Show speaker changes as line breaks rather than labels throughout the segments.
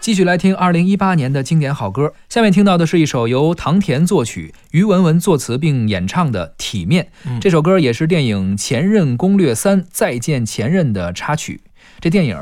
继续来听二零一八年的经典好歌。下面听到的是一首由唐田作曲、于文文作词并演唱的《体面》。
嗯
这首歌也是电影《前任攻略三：再见前任》的插曲。这电影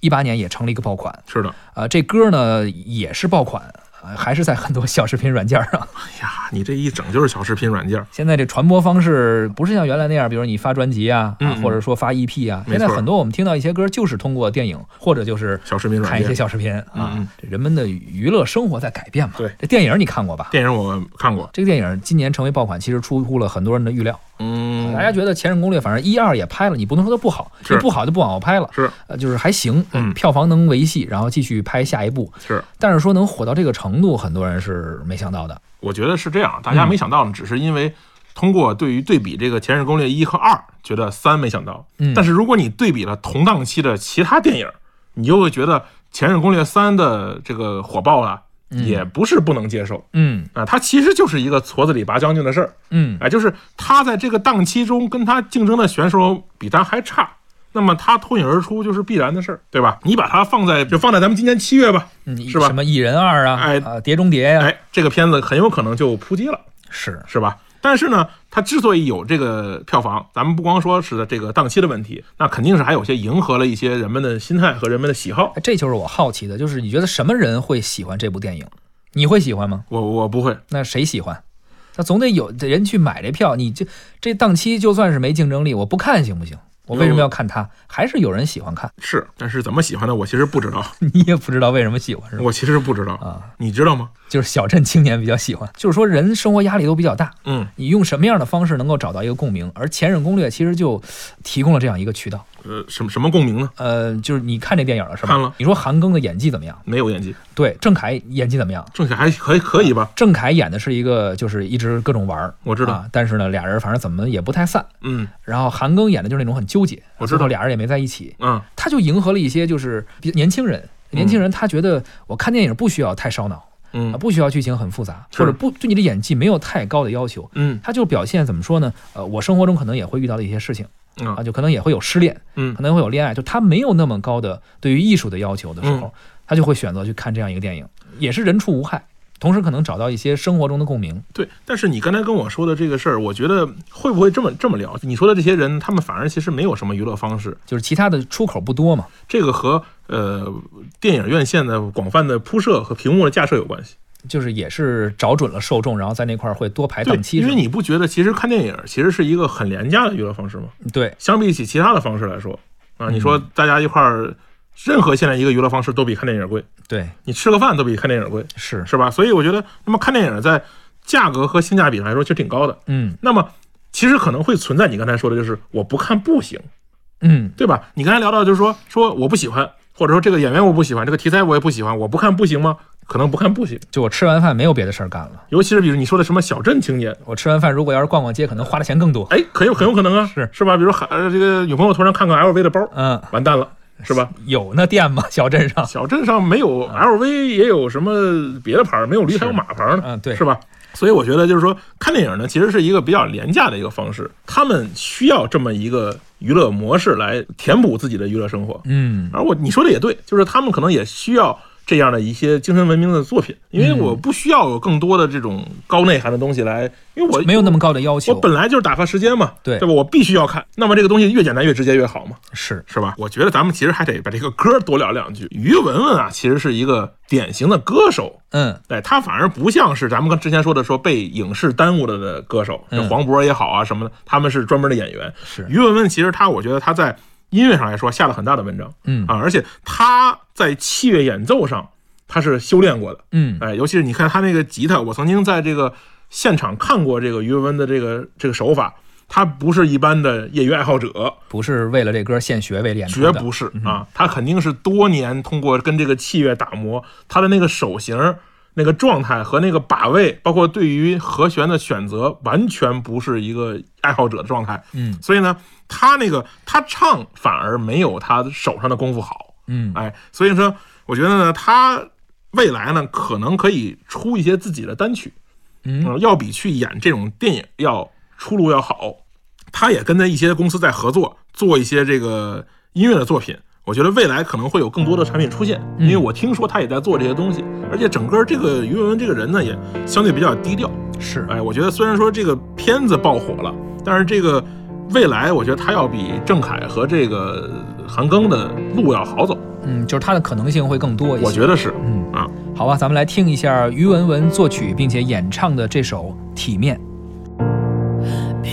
一八年也成了一个爆款，
是的，
啊，这歌呢也是爆款，呃还是在很多小视频软件上。
哎呀，你这一整就是小视频软件儿，
现在这传播方式不是像原来那样，比如你发专辑啊，
嗯
啊或者说发 EP 啊。
没
现
错
在很多我们听到一些歌，就是通过电影或者就是
小视频软
看一些
件。
小视频啊。
嗯嗯
这人们的娱乐生活在改变嘛。
对，
这电影你看过吧？
电影我看过，
这个电影今年成为爆款，其实出乎了很多人的预料。
嗯
大家觉得《前任攻略》反正一二也拍了，你不能说它不好，
是
你不好就不往后拍了，
是
呃，就是还行，
嗯
票房能维系，然后继续拍下一部。
是，
但是说能火到这个程度，很多人是没想到的。
我觉得是这样，大家
嗯
没想到呢，只是因为通过对于对比这个《前任攻略》一和二，觉得三没想到。
嗯
但是如果你对比了同档期的其他电影，你就会觉得《前任攻略三》的这个火爆啊，也不是不能接受
嗯
啊，它其实就是一个矬子里拔将军的事儿。
嗯
哎，就是他在这个档期中跟他竞争的选手比他还差，那么他脱颖而出就是必然的事儿，对吧？你把它放在就放在咱们今年七月吧，
嗯，
是吧
什么一人二啊，
哎
啊，碟中谍呀、
哎，这个片子很有可能就扑街了，
是，
是吧？但是呢，它之所以有这个票房，咱们不光说是这个档期的问题，那肯定是还有些迎合了一些人们的心态和人们的喜好
哎。这就是我好奇的，就是你觉得什么人会喜欢这部电影？你会喜欢吗？
我我不会，
那谁喜欢？那总得有人去买这票。你这这档期就算是没竞争力，我不看行不行？我为什么要看它？还是有人喜欢看，
是，但是怎么喜欢的我其实不知道，
你也不知道为什么喜欢是吧？
我其实不知道，
啊，
你知道吗？
就是小镇青年比较喜欢，就是说人生活压力都比较大，
嗯，
你用什么样的方式能够找到一个共鸣？而《前任攻略》其实就提供了这样一个渠道。
呃，什么什么共鸣呢？
呃，就是你看这电影了是吧？
看了。
你说韩庚的演技怎么样？
没有演技，
对，郑恺演技怎么样？
郑恺还可以可以吧？
郑恺演的是一个就是一直各种玩儿，
我知道
啊，但是呢俩人反正怎么也不太散。
嗯
然后韩庚演的就是那种很纠结，
我知道
最后俩人也没在一起，
嗯，
他就迎合了一些就是比年轻人。年轻人他觉得我看电影不需要太烧脑，啊
嗯
不需要剧情很复杂，
是
或者不对你的演技没有太高的要求，
嗯
他就表现怎么说呢？呃，我生活中可能也会遇到的一些事情啊，
嗯
就可能也会有失恋，
嗯
可能会有恋爱，就他没有那么高的对于艺术的要求的时
嗯
候，他就会选择去看这样一个电影，也是人畜无害，同时可能找到一些生活中的共鸣。
对。但是你刚才跟我说的这个事儿，我觉得会不会这么这么聊？你说的这些人，他们反而其实没有什么娱乐方式，
就是其他的出口不多嘛，
这个和呃电影院线的广泛的铺设和屏幕的架设有关系。
就是也是找准了受众，然后在那块儿会多排
对
档，哎期
因
是
为
吗，
你不觉得其实看电影其实是一个很廉价的娱乐方式吗？
对，
相比起其他的方式来说，啊，你
嗯
说大家一块儿，任何现在一个娱乐方式都比看电影贵，
对，
你吃个饭都比看电影贵，
是，
是吧？所以我觉得，那么看电影在价格和性价比来说，其实挺高的。
嗯
那么其实可能会存在你刚才说的，就是我不看不行，
嗯，
对吧？你刚才聊到就是说说我不喜欢，或者说这个演员我不喜欢，这个题材我也不喜欢，我不看不行吗？可能不看不行，
就我吃完饭没有别的事儿干了，
尤其是比如你说的什么小镇青年，
我吃完饭如果要是逛逛街，可能花的钱更多。
哎，很有很有可能啊，
是
是吧？比如喊呃这个女朋友突然看个 LV 的包，
嗯，
完蛋了，是吧？
有那店吗？ 小镇上？
小镇啊上没有 LV，也有什么别的牌儿，没有驴还有马牌儿呢，
嗯，对，
是吧？所以我觉得就是说，看电影呢，其实是一个比较廉价的一个方式，他们需要这么一个娱乐模式来填补自己的娱乐生活。
嗯
而我你说的也对，就是他们可能也需要这样的一些精神文明的作品，因为
嗯
我不需要有更多的这种高内涵的东西来，因为我
没有那么高的要
我
求，
本来就是打发时间嘛，
对
对吧？我必须要看，那么这个东西越简单越直接越好嘛，
是，
是吧？我觉得咱们其实还得把这个歌多聊两句。于文文啊，其实是一个典型的歌手。
嗯
对他反而不像是咱们刚之前说的说被影视耽误了的歌手，
嗯
像黄渤也好啊什么的，他们是专门的演员。
是，
于文文其实他，我觉得他在音乐上来说下了很大的文章，
嗯
啊，而且他在器乐演奏上他是修炼过的，
嗯
哎，尤其是你看他那个吉他，我曾经在这个现场看过这个于文文的这个这个手法，他不是一般的业余爱好者，
不是为了这歌献血为了演出
绝
的，
不是啊，他肯定是多年通过跟这个器乐打磨，他的那个手型、那个状态和那个把位，包括对于和弦的选择，完全不是一个爱好者的状态。
嗯
所以呢，他那个他唱反而没有他手上的功夫好，
嗯
哎，所以说我觉得呢，他未来呢可能可以出一些自己的单曲，
嗯
呃要比去演这种电影要出路要好。他也跟着一些公司在合作，做一些这个音乐的作品，我觉得未来可能会有更多的产品出现，因为我听说他也在做这些东西，而且整个这个于文文这个人呢也相对比较低调。
是
哎，我觉得虽然说这个片子爆火了，但是这个未来我觉得他要比郑恺和这个韩庚的路要好走，
嗯，就是它的可能性会更多一些。
我觉得是。
嗯
啊，
好吧，咱们来听一下于文文作曲并且演唱的这首《体面》。
别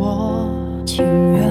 我情愿，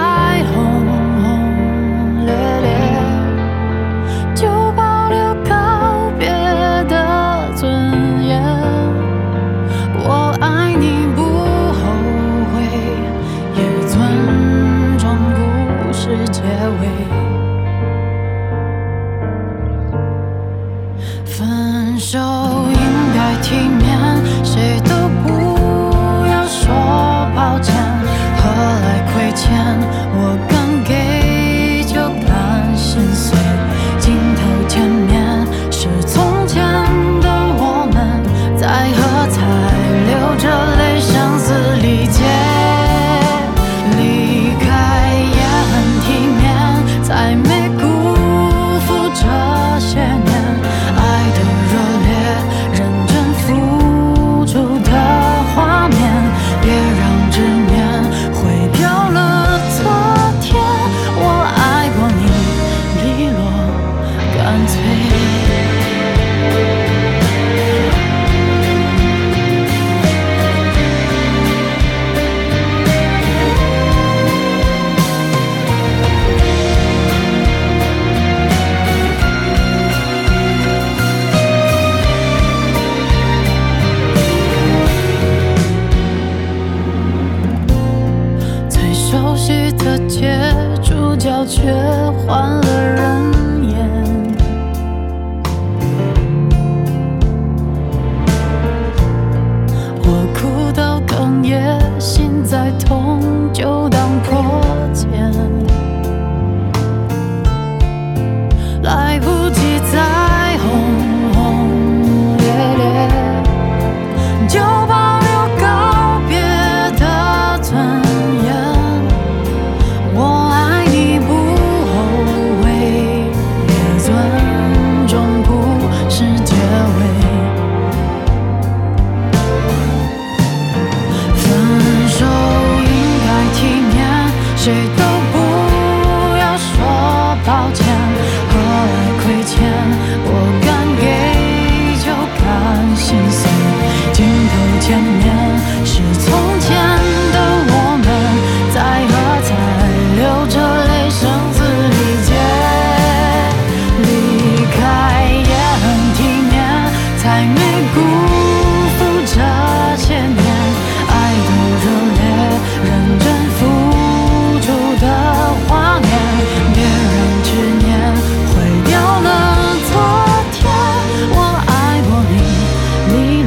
轰轰烈烈，就保留告别的尊严。我爱你不后悔，也尊重故事结尾。分手应该体面，谁都不要说抱歉，何来亏欠？我敢给就敢心碎，镜头前面是从前的我们，在喝彩，流着泪，声嘶力竭。离开也很体面，才没辜负这些年爱的热烈，认真付出的画面。别让执念毁掉了昨天，我爱过你，利落干脆。最熟悉的街，主角却换了人演。我哭到哽咽，心再痛就当破茧，来不及再轰轰烈烈。就保留告别的尊严。我爱你不后悔，也尊重故事结尾。分手应该体面，谁都不要说抱歉，何来亏欠？我敢给就敢心碎，镜头前面是从前的我们，在喝彩，流着泪，声嘶力竭。离开也很体面，才没辜负这些年爱的热烈，认真付出的画面。别让执念毁掉了昨天，我爱过你，利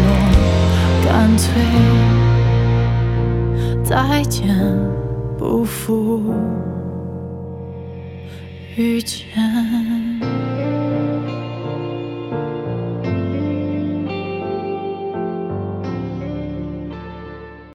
落干脆。再见，不负遇见。